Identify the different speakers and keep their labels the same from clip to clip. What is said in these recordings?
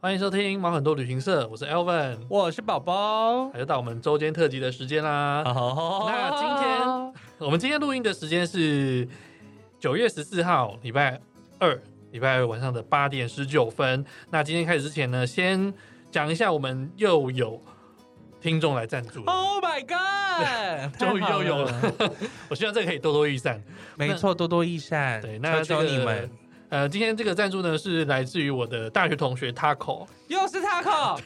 Speaker 1: 欢迎收听毛很多旅行社，我是 Elvin，
Speaker 2: 我是宝宝。
Speaker 1: 又到我们周间特辑的时间啦。
Speaker 2: 哦
Speaker 1: 那今天我们今天录音的时间是九月十四号，礼拜二，礼拜二晚上的八点十九分。那今天开始之前呢，先讲一下，我们又有听众来赞助了，
Speaker 2: ，Oh my God，
Speaker 1: 终于又有
Speaker 2: 太好了，
Speaker 1: 了。我希望这个可以多多益善。
Speaker 2: 没错，多多益善。
Speaker 1: 对，那
Speaker 2: 求求
Speaker 1: 这个
Speaker 2: 你们，。
Speaker 1: 呃，今天这个赞助呢是来自于我的大学同学 Taco，
Speaker 2: 又是 Taco，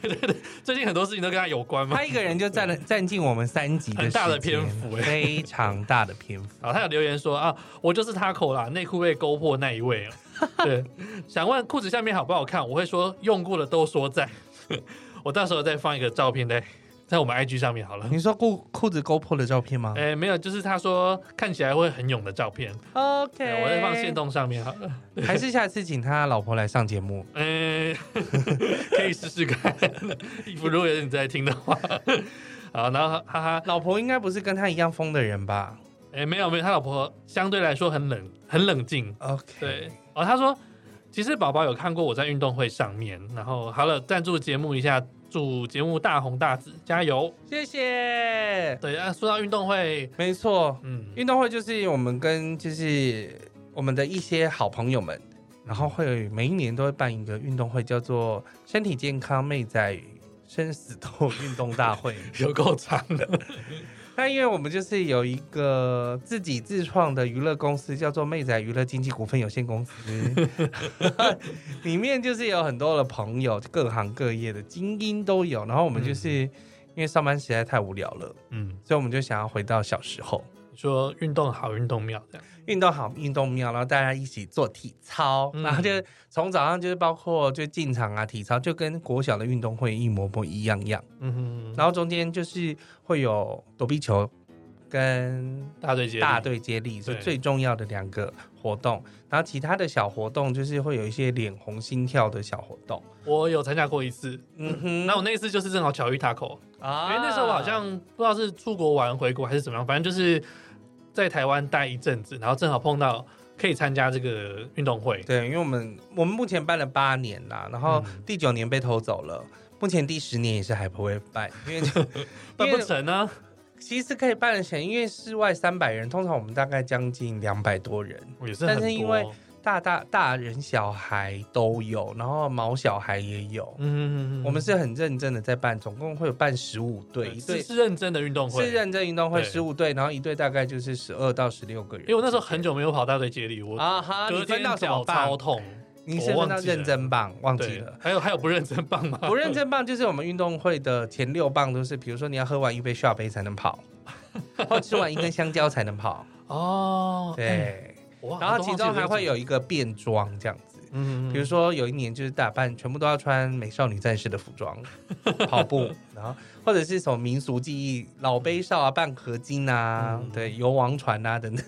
Speaker 1: 最近很多事情都跟他有关嘛
Speaker 2: 他。一个人就占了占尽我们三集的
Speaker 1: 很大的
Speaker 2: 时间
Speaker 1: 篇幅哎
Speaker 2: 非常大的篇幅。
Speaker 1: 啊，他有留言说啊，我就是 Taco 啦，内裤被勾破那一位哦。对，想问裤子下面好不好看？我会说用过的都说在， 我到时候再放一个照片在在我们 IG 上面好了。
Speaker 2: 你说裤裤子勾破的照片吗
Speaker 1: 哎、没有，就是他说看起来会很勇的照片，哎
Speaker 2: ？OK，
Speaker 1: 我再放 线。动上面好了。
Speaker 2: 还是下次请他老婆来上节目？
Speaker 1: 嗯， 可以试试看， 衣服如果有你在听的话。 好，然后哈哈，
Speaker 2: 老婆应该不是跟他一样疯的人吧
Speaker 1: 哎、没有没有，他老婆相对来说很冷，很冷静。
Speaker 2: ？OK，
Speaker 1: 对，哦，他说，其实宝宝有看过我在运动会上面，然后好了，赞助节目一下，祝节目大红大紫，加油！
Speaker 2: 谢谢。
Speaker 1: 对啊，说到运动会，
Speaker 2: 没错，
Speaker 1: 嗯，
Speaker 2: 运动会就是我们跟就是我们的一些好朋友们，然后会每一年都会办一个运动会，叫做身体健康妹仔生死斗运动大会。
Speaker 1: 有够长的，
Speaker 2: 那因为我们就是有一个自己自创的娱乐公司，叫做妹仔娱乐经纪股份有限公司，里面就是有很多的朋友，各行各业的精英都有。然后我们就是、因为上班实在太无聊了，
Speaker 1: 嗯，
Speaker 2: 所以我们就想要回到小时候。
Speaker 1: 你说运动好，运动妙这样，
Speaker 2: 运动好，运动妙，然后大家一起做体操，
Speaker 1: 嗯
Speaker 2: 然后就从早上就是包括就进场啊，体操就跟国小的运动会一模模一样样，
Speaker 1: 嗯哼，
Speaker 2: 然后中间就是会有躲避球跟
Speaker 1: 大队接力
Speaker 2: 大，队接力是
Speaker 1: 对
Speaker 2: 最重要的两个活动，然后其他的小活动就是会有一些脸红心跳的小活动，
Speaker 1: 我有参加过一次，
Speaker 2: 嗯哼
Speaker 1: 那我那一次就是正好巧遇 Taco，因
Speaker 2: 啊
Speaker 1: 为那时候我好像不知道是出国玩回国还是怎么样，反正就是在台湾待一阵子，然后正好碰到可以参加这个运动会，
Speaker 2: 对，因为我们我们目前办了八年啦，然后
Speaker 1: 嗯
Speaker 2: 第九年被偷走了。目前第十年也是还不会办，因为 就
Speaker 1: 办
Speaker 2: 因
Speaker 1: 不
Speaker 2: 为
Speaker 1: 成啊呢、
Speaker 2: 其实可以办得成，因为室外三百人，通常我们大概将近两百多人，
Speaker 1: 也是很多，
Speaker 2: 但是因为大大大人小孩都有，然后毛小孩也有。
Speaker 1: 嗯，
Speaker 2: 我们是很认真的在办，总共会有办十五队，一
Speaker 1: 是
Speaker 2: 队
Speaker 1: 是认真的运动会，
Speaker 2: 是认真运动会
Speaker 1: 对
Speaker 2: 十五队，然后一队大概就是十二到十六个人。
Speaker 1: 因为我那时候很久没有跑大队接力，我
Speaker 2: 啊哈，
Speaker 1: 隔
Speaker 2: 你分
Speaker 1: 天
Speaker 2: 到什么
Speaker 1: 脚超
Speaker 2: 棒？
Speaker 1: 痛，
Speaker 2: 你是
Speaker 1: 我忘
Speaker 2: 分
Speaker 1: 记
Speaker 2: 到
Speaker 1: 了
Speaker 2: 认真棒，忘记
Speaker 1: 对
Speaker 2: 了。，
Speaker 1: 还有还有不认真棒吗？
Speaker 2: 不认真棒就是我们运动会的前六棒都是，比如说你要喝完一杯下杯才能跑， 或吃完一根香蕉才能跑。
Speaker 1: 哦，哎，
Speaker 2: 对，
Speaker 1: 我
Speaker 2: 然后其中还会
Speaker 1: 有，
Speaker 2: 有一个变装这样子，
Speaker 1: 嗯
Speaker 2: 比如说有一年就是打扮全部都要穿美少女战士的服 装跑步，然后或者是什么民俗技艺，老杯少啊、扮合金啊、
Speaker 1: 嗯
Speaker 2: 对、游王船啊等等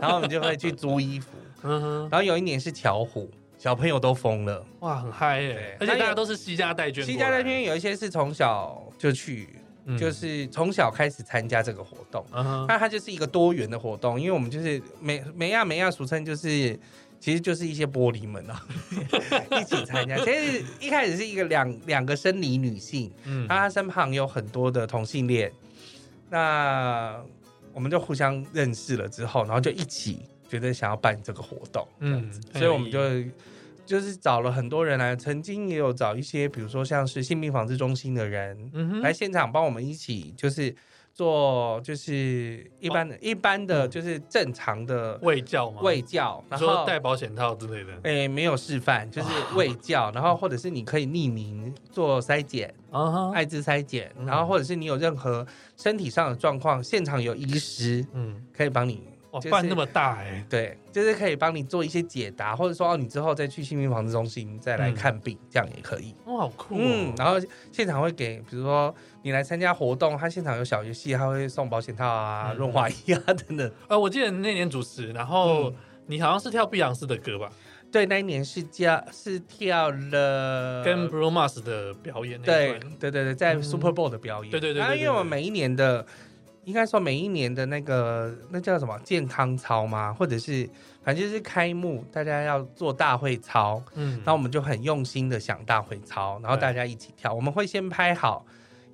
Speaker 2: 然后我们就会去租衣服。
Speaker 1: 嗯哼，
Speaker 2: 然后有一年是巧虎，小朋友都疯了，
Speaker 1: 哇，很嗨耶
Speaker 2: 对！
Speaker 1: 而且大家都是西家带眷过来，
Speaker 2: 西家那边有一些是从小就去，
Speaker 1: 嗯
Speaker 2: 就是从小开始参加这个活动。
Speaker 1: 嗯哼，
Speaker 2: 那它就是一个多元的活动，因为我们就是美美亚美亚，俗称就是。其实就是一些玻璃门啊， 一起参加。其实一开始是一个两两个生理女性，
Speaker 1: 嗯
Speaker 2: 那她身旁有很多的同性恋，那我们就互相认识了之后，然后就一起觉得想要办这个活动，
Speaker 1: 嗯，
Speaker 2: 所以我们就就是找了很多人来，曾经也有找一些，比如说像是性病防治中心的人，
Speaker 1: 嗯哼
Speaker 2: 来现场帮我们一起就是做就是一般
Speaker 1: 哦
Speaker 2: 的、一般的就是正常的
Speaker 1: 喂教嘛，
Speaker 2: 喂教，
Speaker 1: 你嗯
Speaker 2: 然
Speaker 1: 说哦
Speaker 2: 后哎
Speaker 1: 戴保险套之类的
Speaker 2: 诶、没有示范，就是喂教，然后或者是你可以匿名做筛检，
Speaker 1: 啊哈，
Speaker 2: 艾滋筛检，
Speaker 1: 嗯
Speaker 2: 然后或者是你有任何身体上的状况，现场有医师
Speaker 1: 嗯，
Speaker 2: 可以帮你。
Speaker 1: 哇，
Speaker 2: 就是
Speaker 1: 办那么大哎，
Speaker 2: 对，就是可以帮你做一些解答，或者说哦，你之后再去性病防治中心再来
Speaker 1: 嗯
Speaker 2: 看病，这样也可以。
Speaker 1: 哇，好酷
Speaker 2: 嗯
Speaker 1: 哦，，
Speaker 2: 然后现场会给，比如说你来参加活动，他现场有小游戏，他会送保险套啊、
Speaker 1: 嗯
Speaker 2: 润滑液啊等等。
Speaker 1: 呃，我记得那年主持，然
Speaker 2: 嗯
Speaker 1: 后你好像是跳碧昂斯的歌吧，
Speaker 2: 对，那一年是加是跳了
Speaker 1: 跟 Bruno Mars 的表演那一
Speaker 2: 呃对
Speaker 1: 段，
Speaker 2: 对对对，在
Speaker 1: 嗯
Speaker 2: Super Bowl 的表演。
Speaker 1: 对对对对
Speaker 2: 然后因为我们每一年的应该说每一年的那个那叫什么健康操吗？或者是反正就是开幕，大家要做大会操，
Speaker 1: 嗯
Speaker 2: 然后我们就很用心的想大会操，然后
Speaker 1: 对
Speaker 2: 大家一起跳。我们会先拍好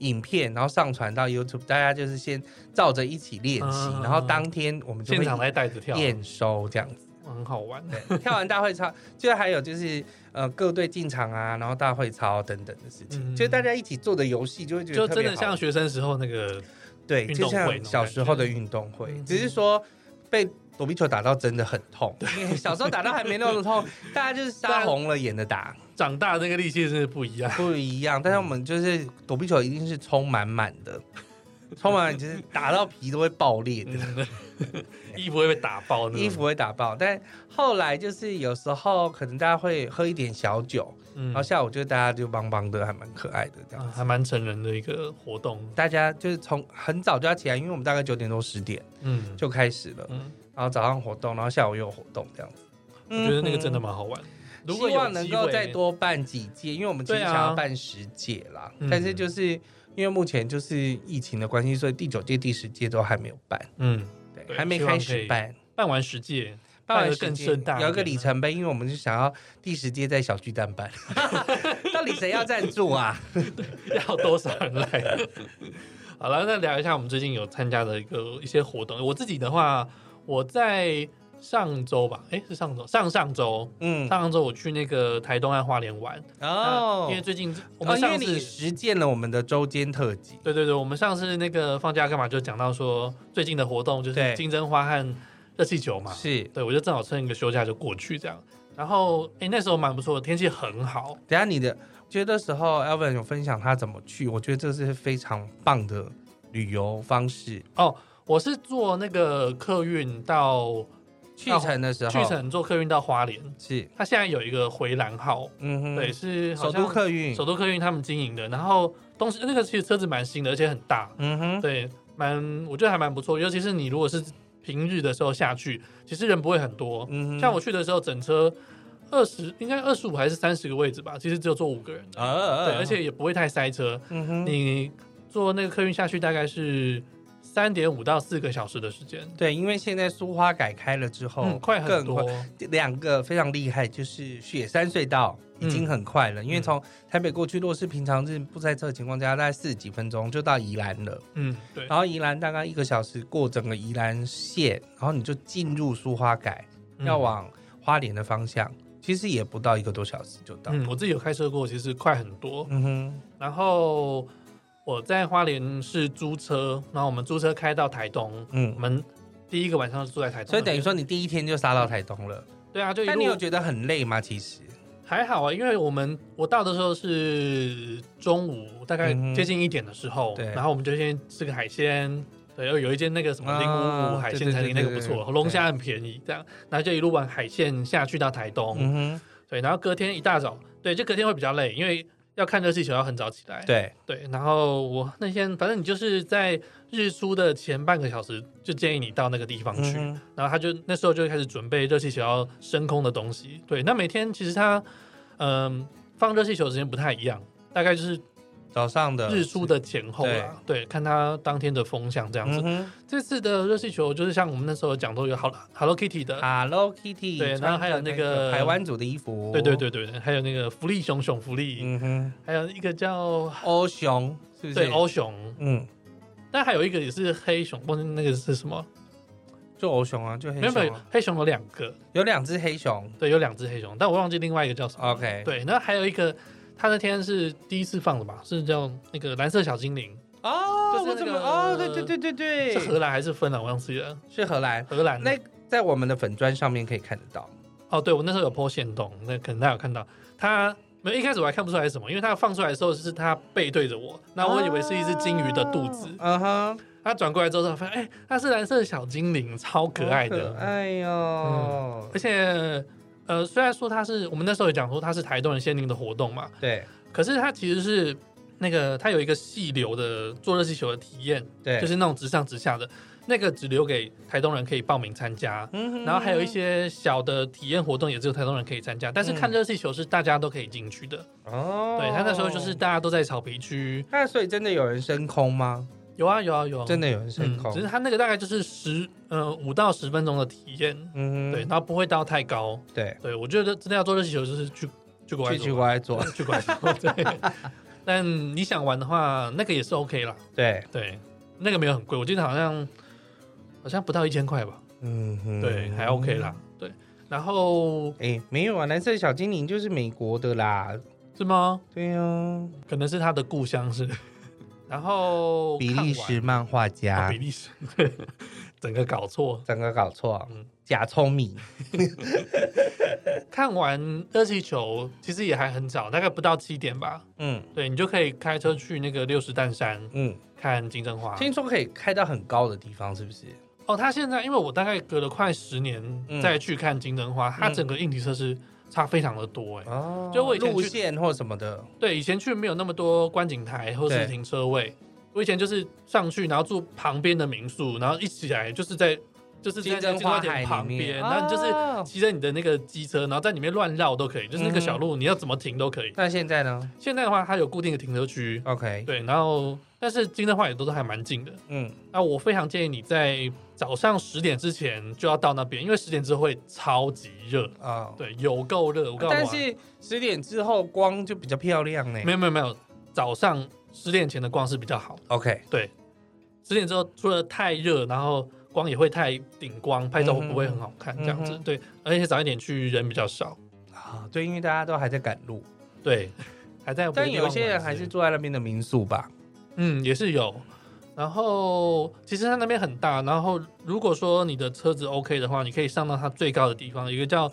Speaker 2: 影片，然后上传到 YouTube，大家就是先照着一起练习，
Speaker 1: 嗯
Speaker 2: 然后当天我们就
Speaker 1: 现场
Speaker 2: 会
Speaker 1: 来带子跳，
Speaker 2: 验收这样子。
Speaker 1: 很好玩。
Speaker 2: 对，跳完大会操，就还有就是呃各队进场啊，然后大会操等等的事情，
Speaker 1: 嗯
Speaker 2: 就大家一起做的游戏就会觉得
Speaker 1: 就
Speaker 2: 特
Speaker 1: 真
Speaker 2: 别
Speaker 1: 的
Speaker 2: 好
Speaker 1: 像学生时候那个，
Speaker 2: 对，
Speaker 1: 运
Speaker 2: 就
Speaker 1: 动会那
Speaker 2: 像
Speaker 1: 种
Speaker 2: 小
Speaker 1: 感
Speaker 2: 时候
Speaker 1: 觉
Speaker 2: 的运动会，
Speaker 1: 嗯
Speaker 2: 只是说被躲避球打到真的很痛。对， 小时候打到还没那么痛，大家就是杀红了眼的打，
Speaker 1: 长大那个力气真的不一样。
Speaker 2: 不一样。但是我们
Speaker 1: 嗯
Speaker 2: 就是躲避球一定是充满满的， 充满满就是打到皮都会爆裂的。
Speaker 1: 嗯衣服会被打爆那种，
Speaker 2: 衣服会打爆，但后来就是有时候可能大家会喝一点小酒，
Speaker 1: 嗯，
Speaker 2: 然后下午就大家就帮帮的，还蛮可爱的这样
Speaker 1: 啊
Speaker 2: 子。
Speaker 1: 还蛮成人的一个活动。
Speaker 2: 大家就是从很早就要起来，因为我们大概九点多十点
Speaker 1: 嗯，
Speaker 2: 就开始了，
Speaker 1: 嗯，
Speaker 2: 然后早上活动，然后下午又有活动这样子。
Speaker 1: 我觉得那个真的
Speaker 2: 嗯
Speaker 1: 蛮好玩。
Speaker 2: 哼，
Speaker 1: 如果
Speaker 2: 希
Speaker 1: 有
Speaker 2: 望能够
Speaker 1: 机会
Speaker 2: 再，多办几届，因为我们其实
Speaker 1: 对啊
Speaker 2: 想要办十届啦，
Speaker 1: 嗯
Speaker 2: 但是就是因为目前就是疫情的关系，所以第九届、第十届都还没有办，
Speaker 1: 嗯，
Speaker 2: 对，
Speaker 1: 对
Speaker 2: 还没
Speaker 1: 希望
Speaker 2: 开
Speaker 1: 可
Speaker 2: 始
Speaker 1: 以
Speaker 2: 办。
Speaker 1: 办完十届，
Speaker 2: 办完
Speaker 1: 办得
Speaker 2: 十届
Speaker 1: 更盛大一
Speaker 2: 有一个
Speaker 1: 点啊
Speaker 2: 里
Speaker 1: 呢
Speaker 2: 程碑，因为我们是想要第十届在小巨蛋 办，到底谁要赞助啊？
Speaker 1: 要多少人 来？好了，那聊一下我们最近有参加的一个一些活动。我自己的话，我在上周吧，哎、是上周，上上周，
Speaker 2: 嗯，
Speaker 1: 上上周我去那个台东岸花莲玩
Speaker 2: 哦
Speaker 1: 那，因为最近我
Speaker 2: 哦
Speaker 1: 们
Speaker 2: 因为
Speaker 1: 上
Speaker 2: 你
Speaker 1: 次。
Speaker 2: 实践了我们的周间特辑，
Speaker 1: 对对对，我们上次那个放假干嘛就讲到说最近的活动就
Speaker 2: 对
Speaker 1: 是金针花和热气球嘛，
Speaker 2: 是。
Speaker 1: 对我就正好趁一个休假就过去这样，然后哎那时候蛮不错的，天气很好，
Speaker 2: 等一下你的，觉得时候 Elvin 有分享他怎么去，我觉得这是非常棒的旅游方式。
Speaker 1: 哦我是坐那个客运到
Speaker 2: 去程的时候，
Speaker 1: 去程坐客运到花莲，
Speaker 2: 是，
Speaker 1: 它现在有一个回蓝号，
Speaker 2: 嗯哼，
Speaker 1: 对，，是好
Speaker 2: 首
Speaker 1: 像
Speaker 2: 都客运，
Speaker 1: 首都客运他们经营的，然后东西那个其实车子蛮新的，而且很大，
Speaker 2: 嗯哼，
Speaker 1: 对，蛮我觉得还蛮不错，尤其是你如果是平日的时候下去，其实人不会很多，
Speaker 2: 嗯哼，
Speaker 1: 像我去的时候，整车二十应该二十五还是三十个位置吧，其实只有坐五个人的，
Speaker 2: 啊，啊
Speaker 1: 对，而，且也不会太塞车，
Speaker 2: 嗯哼，
Speaker 1: 你坐那个客运下去大概是三点五到四个小时的时间，
Speaker 2: 对，因为现在苏花改开了之后，
Speaker 1: 嗯，快很
Speaker 2: 哦更
Speaker 1: 多
Speaker 2: 快。，两个非常厉害，就是雪山隧道已
Speaker 1: 嗯
Speaker 2: 经很快了，因为从台北过去，若是平常日不塞车的情况下，大概四十几分钟就到宜兰了。
Speaker 1: 嗯，对，
Speaker 2: 然后宜兰大概一个小时过整个宜兰县，然后你就进入苏花改，
Speaker 1: 嗯
Speaker 2: 要往花莲的方向，其实也不到一个多小时就到。
Speaker 1: 嗯，我自己有开车过，其实快很多。
Speaker 2: 嗯哼，
Speaker 1: 然后我在花莲是租车，然后我们租车开到台东，我
Speaker 2: 嗯，
Speaker 1: 们第一个晚上就住在台东那边，
Speaker 2: 所以等于说你第一天就杀到台东了，
Speaker 1: 对啊，就一
Speaker 2: 但你有
Speaker 1: 路
Speaker 2: 觉得很累吗？其实，
Speaker 1: 还好啊，因为我们我到的时候是中午，大概
Speaker 2: 嗯哼
Speaker 1: 接近一点的时候，
Speaker 2: 对
Speaker 1: 然后我们就先吃个海鲜。对，有有一间那个什么零五
Speaker 2: 啊
Speaker 1: 五海
Speaker 2: 对
Speaker 1: 鲜
Speaker 2: 对
Speaker 1: 餐厅，那
Speaker 2: 对
Speaker 1: 个
Speaker 2: 对
Speaker 1: 不
Speaker 2: 对
Speaker 1: 错，
Speaker 2: 对
Speaker 1: 龙虾很便宜，这样，然后就一路往海线下去到台东，
Speaker 2: 嗯哼，
Speaker 1: 对，然后隔天一大早，对，就隔天会比较累，因为要看热气球要很早起来，
Speaker 2: 对，
Speaker 1: 对，然后我那天反正你就是在日出的前半个小时，就建议你到那个地方
Speaker 2: 嗯
Speaker 1: 去。
Speaker 2: 哼
Speaker 1: 然后他就那时候就开始准备热气球要升空的东西。对，那每天其实他嗯、放热气球的时间不太一样，大概就是
Speaker 2: 早上的
Speaker 1: 日出，的前后啦。对，看他当天的风向这样子。
Speaker 2: 嗯哼。
Speaker 1: 这次的热气球就是像我们那时候讲都有好 Hello Kitty 的，
Speaker 2: Hello Kitty，
Speaker 1: 对然后还有
Speaker 2: 穿着
Speaker 1: 那
Speaker 2: 那
Speaker 1: 个
Speaker 2: 台湾组的衣服，
Speaker 1: 对对，对对，对还有那个福利熊熊福利，
Speaker 2: 哦嗯哼，
Speaker 1: 还有一个叫
Speaker 2: 欧熊是不是？
Speaker 1: 对，欧熊，
Speaker 2: 嗯，
Speaker 1: 但还有一个也是黑熊，忘记那个是什么。
Speaker 2: 就欧熊啊，就黑
Speaker 1: 原
Speaker 2: 熊
Speaker 1: 本
Speaker 2: 啊，
Speaker 1: 黑熊有两个，
Speaker 2: 有两只黑熊。
Speaker 1: 对，有两只黑熊，但我忘记另外一个叫什么。
Speaker 2: OK，，
Speaker 1: 对，那还有一个，他那天是第一次放的吧？是叫那个蓝色小精灵，
Speaker 2: 哦，
Speaker 1: 就是
Speaker 2: 我怎
Speaker 1: 那
Speaker 2: 么
Speaker 1: 个
Speaker 2: 哦，对对对对
Speaker 1: 是荷
Speaker 2: 对，
Speaker 1: 兰还是芬兰？我忘记了，
Speaker 2: 是荷兰。
Speaker 1: 荷兰的。
Speaker 2: 那在我们的粉砖上面可以看得到，
Speaker 1: 哦，对，我那时候有剖线洞，那可能大家有看到它。没有一开始我还看不出来是什么，因为它放出来的时候是它背对着我，那我以为是一只金鱼的肚子。
Speaker 2: 嗯哼，
Speaker 1: 它转过来之后，发现哎、它是蓝色小精灵，超可爱的。嗯
Speaker 2: 好可爱哦哟
Speaker 1: 而。且，呃，虽然说它是我们那时候也讲说它是台东人限定的活动嘛，
Speaker 2: 对
Speaker 1: 可是它其实是那个它有一个细流的坐热气球的体验，
Speaker 2: 对，
Speaker 1: 就是那种直上直下的，那个只留给台东人可以报名参加。
Speaker 2: 嗯哼，
Speaker 1: 然后还有一些小的体验活动，也只有台东人可以参加。但是看
Speaker 2: 嗯
Speaker 1: 热气球是大家都可以进去的。
Speaker 2: 哦，
Speaker 1: 对，他那时候就是，大家都在草皮区，
Speaker 2: 那所以真的有人升空吗？
Speaker 1: 有啊有啊有啊，
Speaker 2: 真的有人升
Speaker 1: 嗯，
Speaker 2: 空
Speaker 1: 只。是它那个大概就是十呃五到十分钟的体验，
Speaker 2: 嗯哼，
Speaker 1: 对，然后不会到太高。
Speaker 2: 对，
Speaker 1: 对我觉得真的要做热气球，就是去去国外
Speaker 2: 去去
Speaker 1: 做
Speaker 2: 国外 做，
Speaker 1: 去国外做。对，但你想玩的话，那个也是 OK 啦。
Speaker 2: 对，
Speaker 1: 对，那个没有很贵，我记得好像好像不到一千块吧。
Speaker 2: 嗯哼，
Speaker 1: 对，还 OK 啦。。对，然后
Speaker 2: 哎，没有啊，蓝色小精灵就是美国的啦。
Speaker 1: 是吗？
Speaker 2: 对啊，
Speaker 1: 可能是他的故乡是，然后
Speaker 2: 比利时
Speaker 1: 看
Speaker 2: 漫画
Speaker 1: 完哦
Speaker 2: 家
Speaker 1: 比，利时，对整个搞错。
Speaker 2: 整个搞错
Speaker 1: 嗯，
Speaker 2: 假聪明。
Speaker 1: 看完热气球其实也还很早，大概不到七点吧。
Speaker 2: 嗯
Speaker 1: 对你就可以开车去那个六十担山
Speaker 2: 嗯，
Speaker 1: 看金针花。
Speaker 2: 听说可以开到很高的地方，是不是？
Speaker 1: 哦，它现在因为我大概隔了快十年
Speaker 2: 嗯
Speaker 1: 再去看金针花，它
Speaker 2: 嗯
Speaker 1: 整个硬体设施差非常的多哎、
Speaker 2: 哦
Speaker 1: 就我以前去
Speaker 2: 路线或什么的，
Speaker 1: 对，以前去没有那么多观景台或
Speaker 2: 对
Speaker 1: 是停车位，我以前就是上去，然后住旁边的民宿，然后一起来就是在就是在
Speaker 2: 金针花海
Speaker 1: 点
Speaker 2: 里
Speaker 1: 旁
Speaker 2: 面
Speaker 1: 边，然后你就是
Speaker 2: 哦
Speaker 1: 骑着你的那个机车，然后在里面乱绕都可以，就是那个
Speaker 2: 嗯
Speaker 1: 小路你要怎么停都可以。
Speaker 2: 那现在呢
Speaker 1: 现在的话，它有固定的停车区，
Speaker 2: ？OK，
Speaker 1: 对，然后但是金针花也都是还蛮近的。
Speaker 2: 嗯，
Speaker 1: 那我非常建议你在早上十点之前就要到那边，因为十点之后会超级热，
Speaker 2: 哦，
Speaker 1: 对，有够热。我告诉啊
Speaker 2: 但是十点之后光就比较漂亮呢。
Speaker 1: 没有没有没有，早上十点前的光是比较好。
Speaker 2: OK，
Speaker 1: 十点之后除了太热，然后光也会太顶光，拍照不会很好看，这样子、
Speaker 2: 嗯哼
Speaker 1: 对。而且早一点去人比较少，
Speaker 2: 啊，对，因为大家都还在赶路，
Speaker 1: 嗯 对，还在。
Speaker 2: 但有些人还是住在那边的民宿吧。
Speaker 1: 嗯，也是有。然后其实它那边很大，然后如果说你的车子 OK 的话，你可以上到它最高的地方，有一个叫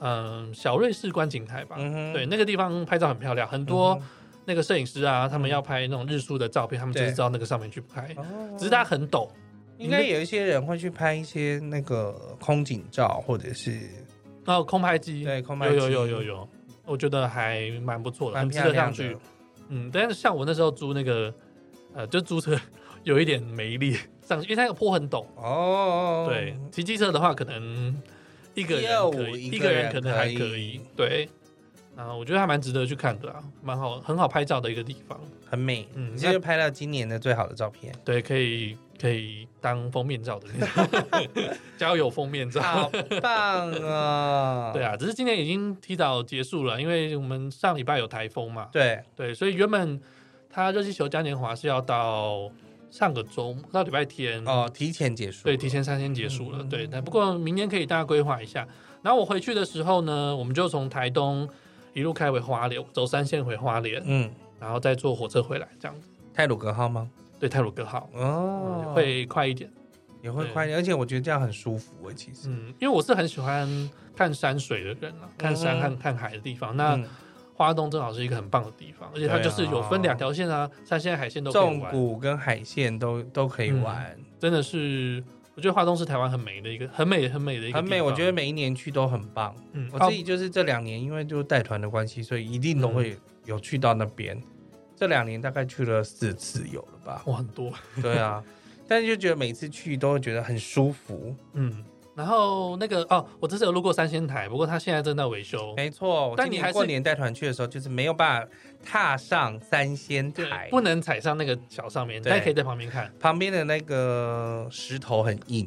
Speaker 1: 嗯、小瑞士观景台吧。
Speaker 2: 嗯哼
Speaker 1: 对，那个地方拍照很漂亮，很多
Speaker 2: 嗯
Speaker 1: 那个摄影师啊，他们要拍那种日出的照片，他们就
Speaker 2: 对
Speaker 1: 是到那个上面去拍，
Speaker 2: 哦
Speaker 1: 只是它很陡，
Speaker 2: 应该有一些人会去拍一些那个空景照，或者是
Speaker 1: 然后空拍机，
Speaker 2: 对空拍
Speaker 1: 嗯有
Speaker 2: 机，
Speaker 1: 有有有有，我觉得还蛮不错的，
Speaker 2: 蛮
Speaker 1: 很值
Speaker 2: 漂
Speaker 1: 得
Speaker 2: 亮
Speaker 1: 上去
Speaker 2: 的。。
Speaker 1: 嗯，但是像我那时候租那个，呃，就租车有一点没力上去，因为它那个坡很陡。
Speaker 2: 哦，
Speaker 1: 对，骑机车的话，可能一个人可
Speaker 2: 125
Speaker 1: 以，
Speaker 2: 一
Speaker 1: 一
Speaker 2: 个
Speaker 1: 个
Speaker 2: 人
Speaker 1: 人可能还
Speaker 2: 可
Speaker 1: 可
Speaker 2: 以
Speaker 1: 以。对，啊，我觉得还蛮值得去看的啊，蛮好，很好拍照的一个地方。
Speaker 2: 很美，
Speaker 1: 嗯
Speaker 2: 嗯，这就拍到今年的最好的照 片。
Speaker 1: 对，可以可以当封面照的那种， 交友封面照。
Speaker 2: 好棒 啊！
Speaker 1: 对啊，只是今年已经提早结束了，因为我们上礼拜有台风嘛，
Speaker 2: 对，
Speaker 1: 对，啊所以原本他热气球嘉年华是要到上个周末到礼拜天，
Speaker 2: 哦，提前结束，
Speaker 1: 对，提，前三天结束了。
Speaker 2: 嗯
Speaker 1: 对，但不过明年可以大家规划一下。然后我回去的时候呢，我们就从台东一路开回花莲，走三线回花莲，
Speaker 2: 嗯，
Speaker 1: 然后再坐火车回来，这样子。
Speaker 2: 泰鲁格号吗？
Speaker 1: 对，泰鲁格号、
Speaker 2: 哦
Speaker 1: 嗯，会快一点。
Speaker 2: 也会快一点，而且我觉得这样很舒服诶，其实。
Speaker 1: 嗯，因为我是很喜欢看山水的人啊，看山
Speaker 2: 嗯
Speaker 1: 看看海的地方。那
Speaker 2: 嗯
Speaker 1: 花东正好是一个很棒的地方，而且它
Speaker 2: 对啊
Speaker 1: 就是有分两条线啊，山线、海线都可以
Speaker 2: 纵
Speaker 1: 玩。嗯
Speaker 2: 谷跟海线都都可以玩，
Speaker 1: 真的是，我觉得华东是台湾很美的一个，很美很美的一个地方，
Speaker 2: 很美。我觉得每一年去都很棒。
Speaker 1: 嗯，
Speaker 2: 我自己就是这两年，因为就是带团的关系，所以一定都会
Speaker 1: 嗯
Speaker 2: 有去到那边。这两年大概去了四次有了吧
Speaker 1: 啊？哇很多，
Speaker 2: 对啊， 但是就觉得每次去都会觉得很舒服。
Speaker 1: 嗯。然后那个哦，我之前有路过三仙台，不过它现在正在维修，
Speaker 2: 没错，我
Speaker 1: 哦但
Speaker 2: 今
Speaker 1: 你
Speaker 2: 年
Speaker 1: 还是
Speaker 2: 过年带团去的时候，就是没有办法踏上三仙台，
Speaker 1: 不能踩上那个桥上面，
Speaker 2: 对
Speaker 1: 大家可以在旁边看。
Speaker 2: 旁边的那个石头很硬，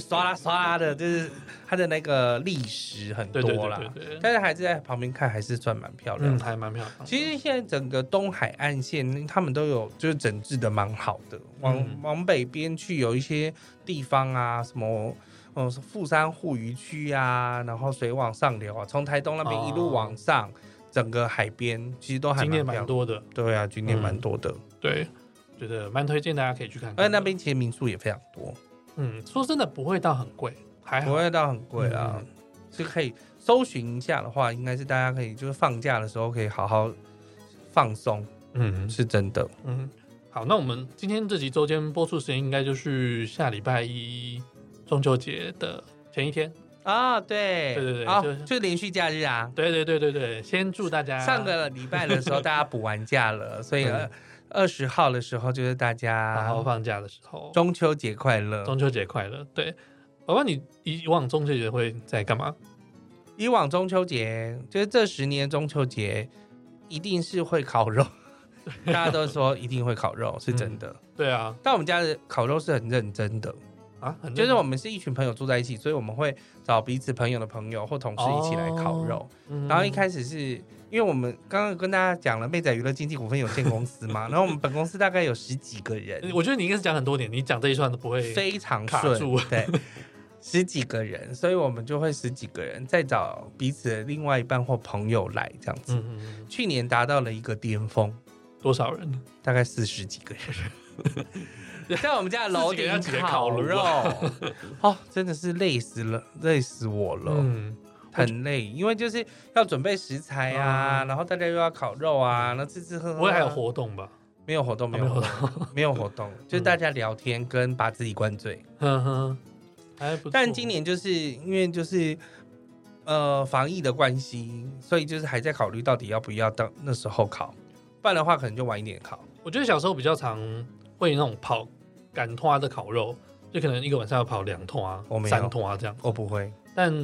Speaker 2: 刷啦刷啦的，就是它的那个砾石很
Speaker 1: 对对
Speaker 2: 多啦
Speaker 1: 对。对对，
Speaker 2: 但是还是在旁边看，还是算蛮漂亮
Speaker 1: 嗯，
Speaker 2: 的。
Speaker 1: 还蛮漂亮的。
Speaker 2: 其实现在整个东海岸线，他们都有就是整治的蛮好的，往、
Speaker 1: 嗯
Speaker 2: 往北边去有一些地方啊，什么嗯富山护渔区啊，然后水往上流啊，从台东那边一路
Speaker 1: 哦
Speaker 2: 往上，整个海边其实都还
Speaker 1: 景
Speaker 2: 蛮
Speaker 1: 点
Speaker 2: 漂
Speaker 1: 蛮
Speaker 2: 亮。
Speaker 1: 多嗯的，
Speaker 2: 对啊，景点蛮多的，
Speaker 1: 对，觉得蛮推荐大家可以去看
Speaker 2: 而且
Speaker 1: 看。
Speaker 2: 哎那边其实民宿也非常多，
Speaker 1: 嗯，说真的不会到很贵，还
Speaker 2: 不
Speaker 1: 好。
Speaker 2: 会到很贵啊，
Speaker 1: 嗯
Speaker 2: 是可以搜寻一下的话，应该是大家可以就是放假的时候可以好好放松，
Speaker 1: 嗯
Speaker 2: 是真的。
Speaker 1: 嗯，好，那我们今天这集周间播出时间应该就是下礼拜一中秋节的前一天。
Speaker 2: 啊，对，
Speaker 1: 对对对
Speaker 2: 啊
Speaker 1: 就，
Speaker 2: 就连续假日啊。
Speaker 1: 对对对对对，先祝大家
Speaker 2: 上个礼拜的时候，大家补完 假了，所以
Speaker 1: 对
Speaker 2: 二十号的时候就是大
Speaker 1: 好好
Speaker 2: 家
Speaker 1: 放假的时候，中
Speaker 2: 中秋节快乐。
Speaker 1: 中秋节快乐。对，宝宝，你以往中秋节会在干嘛？
Speaker 2: 以 往中秋节就是这十年中秋节一定是会烤肉，大家都说一定会烤肉，是真的。
Speaker 1: 对啊，
Speaker 2: 但我们家的烤肉是很认真的，
Speaker 1: 啊，很
Speaker 2: 就是我们是一群朋友住在一起，所以我们会找彼此朋友的朋友或同事一起来烤肉。
Speaker 1: 嗯
Speaker 2: 然后一开始是因为我们刚刚跟大家讲了妹仔娱乐经纪股份有限公司 嘛，然后我们本公司大概有十几个 人，
Speaker 1: 我觉得你应该是讲很多年，你讲这一串都不会。
Speaker 2: 非常
Speaker 1: 卡
Speaker 2: 顺
Speaker 1: 住，
Speaker 2: 对，十几个人，所以我们就会十几个人再找彼此的另外一半或朋友来这样子。
Speaker 1: 嗯嗯，嗯
Speaker 2: 去年达到了一个巅峰，
Speaker 1: 多少人？
Speaker 2: 大概四十几个 人，在我们家的楼顶
Speaker 1: 自己给他
Speaker 2: 烤肉， 哦，真的是累死了，累死我了。
Speaker 1: 嗯，
Speaker 2: 很累，因为就是要准备食材啊，
Speaker 1: 嗯
Speaker 2: 然后大家又要烤肉啊，然后吃吃喝喝、
Speaker 1: 不会还有，活哦动吧？
Speaker 2: 没有活动，没有活动， 没有活动，就是
Speaker 1: 嗯
Speaker 2: 大家聊天跟把自己灌醉。
Speaker 1: 哼哼，还不错。
Speaker 2: 但今年就是因为就是呃防疫的关系，所以就是还在考虑到底要不要到那时候考，不然的话可能就晚一点考。
Speaker 1: 我觉得小时候比较常会那种跑赶拖的烤肉，就可能一个晚上要跑两拖啊
Speaker 2: 我、没有
Speaker 1: 三拖啊这样。
Speaker 2: 我不会，
Speaker 1: 但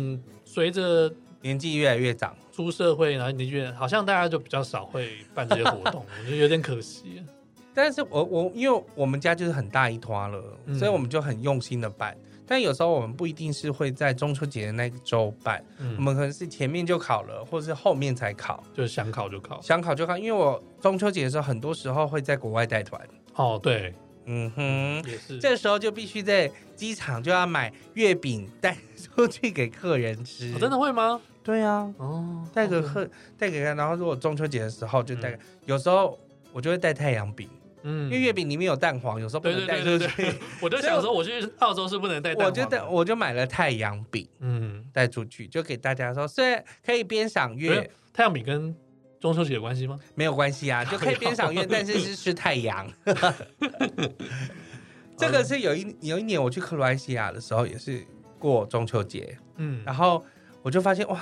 Speaker 1: 随着
Speaker 2: 年纪越来越长，
Speaker 1: 出社会，然后你就觉得好像大家就比较少会办这些活 动，我觉得有点可惜。
Speaker 2: 但是我我因为我们家就是很大一团了，
Speaker 1: 嗯
Speaker 2: 所以我们就很用心的办。但有时候我们不一定是会在中秋节的那一周办，我
Speaker 1: 嗯，
Speaker 2: 们可能是前面就考了，或者是后面才考，
Speaker 1: 就是想考就考。
Speaker 2: 想考就考。因为我中秋节的时候，很多时候会在国外带团，
Speaker 1: 哦，对，
Speaker 2: 嗯哼，
Speaker 1: 也是。
Speaker 2: 这时候就必须在机场就要买月饼带 出去给客人吃。
Speaker 1: 哦真的？会吗？
Speaker 2: 对啊，
Speaker 1: 哦，
Speaker 2: 带个客带给他，然后如果中秋节的时候就带个，
Speaker 1: 嗯
Speaker 2: 有时候我就会带太阳饼，
Speaker 1: 嗯，
Speaker 2: 因为月饼里面有蛋黄，有时候不
Speaker 1: 对对
Speaker 2: 能带
Speaker 1: 对
Speaker 2: 出
Speaker 1: 对
Speaker 2: 去，
Speaker 1: 对，我就想说，我去澳洲是不能带蛋
Speaker 2: 我
Speaker 1: 黄的，
Speaker 2: 就带我就买了太阳饼
Speaker 1: 啊嗯，
Speaker 2: 带出去，就给大家说，虽然可以边赏
Speaker 1: 没
Speaker 2: 月
Speaker 1: 有。太阳饼跟中秋节有关系吗？
Speaker 2: 没有关系啊，就可以 边赏月，但是是吃太阳。这
Speaker 1: 哦
Speaker 2: 个是有一有一年我去克罗埃西亚的时候，也是过中秋节，
Speaker 1: 嗯
Speaker 2: 然后我就发现哇，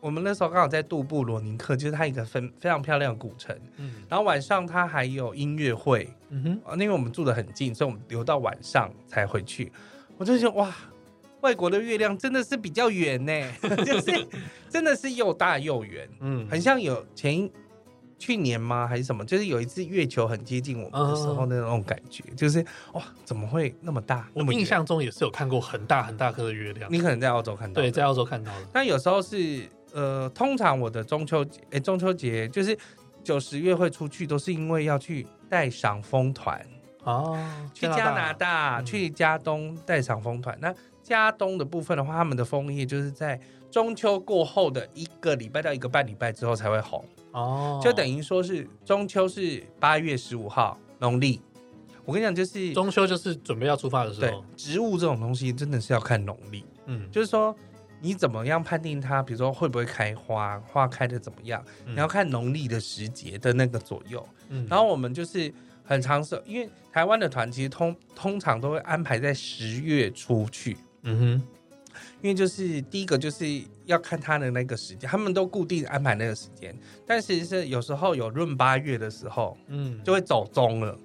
Speaker 2: 我们那时候刚好在杜布罗尼克，就是它一个非非常漂亮的古城。
Speaker 1: 嗯
Speaker 2: 然后晚上它还有音乐会，
Speaker 1: 嗯哼，
Speaker 2: 呃因为我们住的很近，所以我们留到晚上才回去。我就觉得哇，外国的月亮真的是比较圆呢，就是真的是又大又圆。
Speaker 1: 嗯，
Speaker 2: 很像有前一去年吗还是什么？就是有一次月球很接近我们的时候
Speaker 1: 嗯
Speaker 2: 那种感觉，就是哇，怎么会那么大？
Speaker 1: 我
Speaker 2: 那么
Speaker 1: 印
Speaker 2: 远，
Speaker 1: 象中也是有看过很大很大颗的月亮，
Speaker 2: 你可能在澳洲看到。
Speaker 1: 对，，在澳洲看到的，
Speaker 2: 但有时候是呃，通常我的中秋节，哎、中秋节就是九十月会出去，都是因为要去带赏风团，
Speaker 1: 哦，
Speaker 2: 去加
Speaker 1: 大，
Speaker 2: 拿大，
Speaker 1: 嗯
Speaker 2: 去加东带赏风团。那加东的部分的话，他们的枫叶就是在中秋过后的一个礼拜到一个半礼拜之后才会红。
Speaker 1: 哦，
Speaker 2: 就等于说是中秋是八月十五号农历。我跟你讲，就是
Speaker 1: 中秋就是准备要出发的时
Speaker 2: 对
Speaker 1: 候，
Speaker 2: 植物这种东西真的是要看农历，
Speaker 1: 嗯，
Speaker 2: 就是说你怎么样判定它，比如说会不会开花，花开的怎么样，
Speaker 1: 嗯
Speaker 2: 你要看农历的时节的那个左右。
Speaker 1: 嗯
Speaker 2: 然后我们就是很常是，因为台湾的团其实通通常都会安排在十月出去，
Speaker 1: 嗯哼，
Speaker 2: 因为就是第一个就是要看他的那个时间，他们都固定安排那个时间，但其实是有时候有闰八月的时候，
Speaker 1: 嗯，
Speaker 2: 就会走 中了，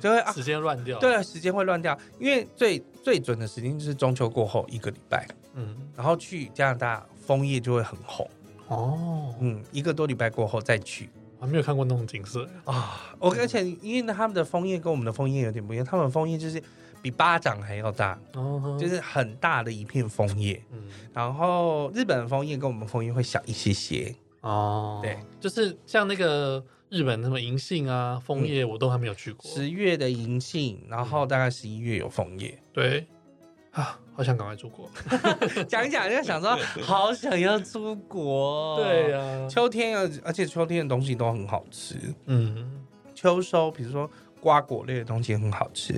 Speaker 2: 就会啊，
Speaker 1: 时间乱掉，，
Speaker 2: 对，时间会乱掉，因为最最准的时间就是中秋过后一个礼拜，
Speaker 1: 嗯，
Speaker 2: 然后去加拿大枫叶就会很红，
Speaker 1: 哦，
Speaker 2: 嗯，一个多礼拜过后再去
Speaker 1: 我还没有看过那种景色，
Speaker 2: 啊。我而且因为他们的枫叶跟我们的枫叶有点不一样，他们枫叶就是比巴掌还要大，
Speaker 1: 哦，
Speaker 2: 就是很大的一片枫叶。
Speaker 1: 嗯，
Speaker 2: 然后日本的枫叶跟我们枫叶会小一些些，
Speaker 1: 哦，
Speaker 2: 对，
Speaker 1: 就是像那个日本什么银杏啊、枫
Speaker 2: 嗯
Speaker 1: 叶，我都还没有去过，
Speaker 2: 十月的银杏，然
Speaker 1: 嗯
Speaker 2: 后大概十一月有 枫叶。
Speaker 1: 对，啊，好想赶快出 国，
Speaker 2: 讲一讲就想说，好想要出国。哦
Speaker 1: 对啊呀、
Speaker 2: 秋天而而且秋天的东西都很好吃，
Speaker 1: 嗯，
Speaker 2: 秋收比如说瓜果类的东西很好吃，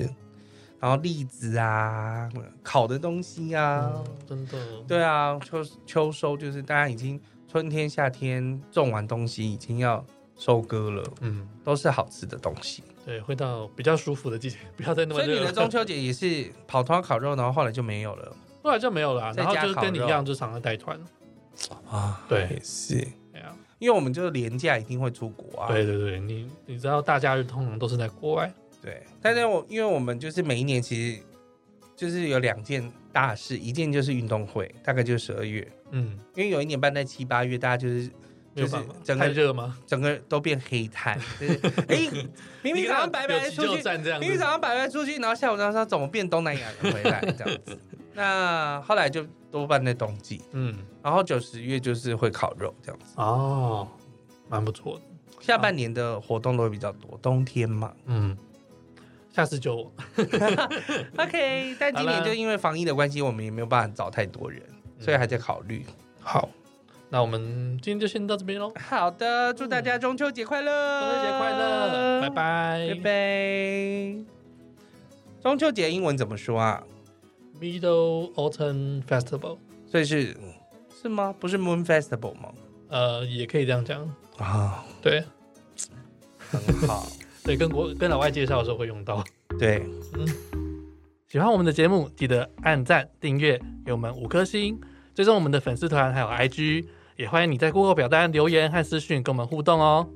Speaker 2: 然后栗子啊，烤的东西啊，
Speaker 1: 嗯真的，
Speaker 2: 对啊，秋秋收就是大家已经春天夏天种完东西已经要收割了，
Speaker 1: 嗯，
Speaker 2: 都是好吃的东西。
Speaker 1: 对，会到比较舒服的季节，不要再那么
Speaker 2: 所以你
Speaker 1: 热
Speaker 2: 的
Speaker 1: 了。
Speaker 2: 中秋节也是跑团烤肉，然后后来就没有了
Speaker 1: 后来就没有了啊、
Speaker 2: 在
Speaker 1: 然
Speaker 2: 家
Speaker 1: 后就是跟你
Speaker 2: 烤
Speaker 1: 一
Speaker 2: 肉
Speaker 1: 样，就常常带团。
Speaker 2: 啊。
Speaker 1: 对
Speaker 2: 也是。
Speaker 1: 对啊，
Speaker 2: 因为我们就是廉价一定会出国啊，
Speaker 1: 对对对，你你知道大假日通常都是在国外，
Speaker 2: 对，但是我因为我们就是每一年其实就是有两件大事，一件就是运动会，大概就是十二月，
Speaker 1: 嗯
Speaker 2: 因为有一年办在七八月，大家就是
Speaker 1: 没有
Speaker 2: 就是
Speaker 1: 办法，
Speaker 2: 整
Speaker 1: 太
Speaker 2: 个
Speaker 1: 热吗？
Speaker 2: 整个都变黑炭。就是 哎、明明早上白白出去，
Speaker 1: 站这样
Speaker 2: 明明
Speaker 1: 子
Speaker 2: 早，上白白出去，然后下午他说怎么变东南亚人回来这样子。那后来就多半在冬季，
Speaker 1: 嗯，
Speaker 2: 然后九十月就是会烤肉这样子。
Speaker 1: 哦，蛮不错的，
Speaker 2: 下
Speaker 1: 啊
Speaker 2: 半年的活动都会比较多，冬天嘛。
Speaker 1: 嗯，下次就
Speaker 2: OK，但今
Speaker 1: 好
Speaker 2: 年
Speaker 1: 啦
Speaker 2: 就因为防疫的关系，我们也没有办法找太多人，所以还在考虑。好
Speaker 1: 那我们今天就先到这边喽，
Speaker 2: 好的，祝大家中秋节快乐！
Speaker 1: 中秋节快乐，拜拜，
Speaker 2: 拜拜。中秋节英文怎么说啊？
Speaker 1: Middle Autumn Festival，
Speaker 2: 所以是嗯是吗？不是 Moon Festival 吗？
Speaker 1: 呃，也可以这样讲，
Speaker 2: 啊，
Speaker 1: 对
Speaker 2: 很好，
Speaker 1: 对，跟国跟老外介绍的时候会用到。
Speaker 2: 对，
Speaker 1: 喜欢我们的节目，记得按赞、订阅，给我们五颗星，追踪我们的粉丝团还有 IG，也欢迎你在 Google 表单留言和私讯跟我们互动哦。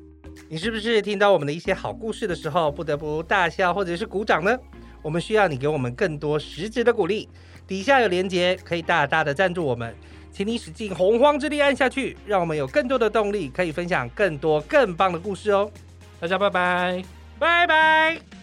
Speaker 2: 你是不是听到我们的一些好故事的时候，不得不大笑或者是鼓掌呢？我们需要你给我们更多实质的鼓励。底下有连结，可以大大的赞助我们，请你使尽洪荒之力按下去，让我们有更多的动力，可以分享更多更棒的故事哦。
Speaker 1: 大家拜拜。
Speaker 2: 拜拜。